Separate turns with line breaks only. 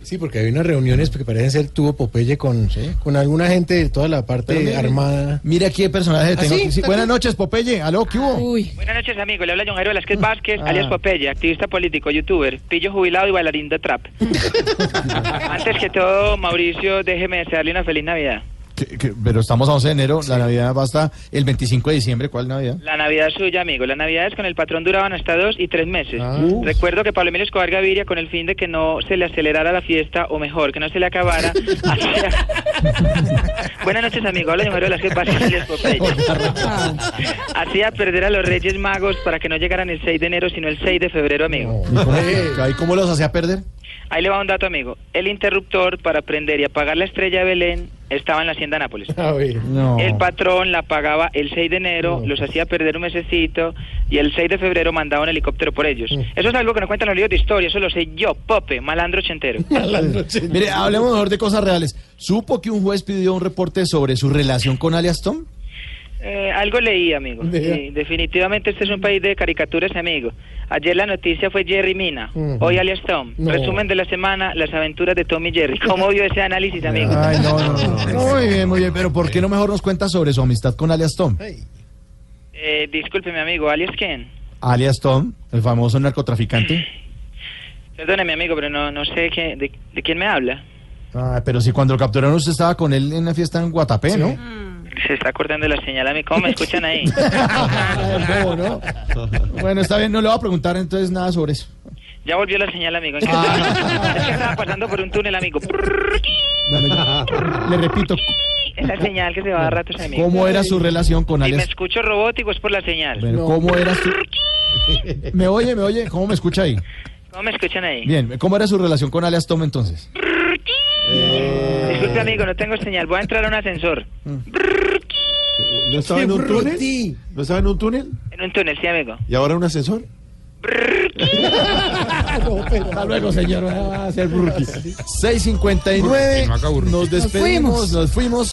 Sí, porque hay unas reuniones que parecen ser tuvo Popeye con, con alguna gente de toda la parte armada.
Mira qué personaje tengo.
sí?
¿Ah, Sí, Buenas noches, Popeye. Aló, ¿qué hubo?
Buenas noches, amigo. Le habla John Jairo Velázquez Vázquez, alias Popeye, activista político, youtuber, pillo jubilado y bailarín de trap. Antes que todo, Mauricio, déjeme desearle una feliz Navidad.
Que- que- pero estamos a 11 de enero, la Navidad va hasta el 25 de diciembre. ¿Cuál Navidad?
La Navidad es suya, amigo. Las Navidades con el patrón duraban hasta dos y tres meses.
Ah. Uh.
Recuerdo que Pablo Emilio Escobar Gaviria, con el fin de que no se le acelerara la fiesta, o mejor, que no se le acabara, hacía- Buenas noches, amigo. Habla John Jairo Velázquez Vázquez, alias Popeye. Hacía perder a los Reyes Magos para que no llegaran el 6 de enero, sino el 6 de febrero, amigo.
¿Y cómo los hacía perder?
Ahí le va un dato, amigo. El interruptor para prender y apagar la estrella de Belén estaba en la hacienda Nápoles.
A ver.
No.
El patrón la pagaba el 6 de enero, los hacía perder un mesecito y el 6 de febrero mandaba un helicóptero por ellos. Eso es algo que no cuentan los libros de historia, eso lo sé yo, Pope, malandro ochentero.
Mire, hablemos mejor de cosas reales. ¿Supo que un juez pidió un reporte sobre su relación con alias Tom?
Eh, algo leí, amigo. Sí, definitivamente este es un país de caricaturas, amigo. Ayer la noticia fue Jerry Mina, hoy alias Tom. Resumen de la semana, las aventuras de Tom y Jerry. ¿Cómo vio ese análisis, amigo?
no, no, Muy bien, muy bien. Pero ¿por qué no mejor nos cuenta sobre su amistad con alias Tom?
Eh, discúlpeme, amigo, alias quién?
Alias Tom, el famoso narcotraficante.
Perdóneme, amigo, pero no, no sé qué, de, de quién me habla.
Ah, pero si cuando lo capturaron usted estaba con él en la fiesta en Guatapé, ¿no?
Se está cortando la señal a mí. ¿Cómo me escuchan ahí?
No, no. Bueno, está bien, no le voy a preguntar entonces nada sobre eso.
Ya volvió la señal, amigo. Es que
Ah.
estaba pasando por un túnel, amigo.
Bueno, ya. le repito,
Es la señal que se va a dar ratos, amigo.
¿cómo era su relación con
Si me
Alias?
escucho robótico es por la señal.
Bueno, ¿Cómo era su... ¿Me oye, me oye? ¿Cómo me escucha ahí?
¿Cómo me escuchan ahí?
Bien, ¿cómo era su relación con Alias Tom entonces?
Disculpe, amigo, no tengo señal. Voy a entrar a un ascensor.
¿No estaba en un túnel? ¿No estaba en un túnel?
En un túnel, sí, amigo.
¿Y ahora un ascensor?
pues, Hasta luego, Ah, señor. 6.59. Nos despedimos, nos fuimos.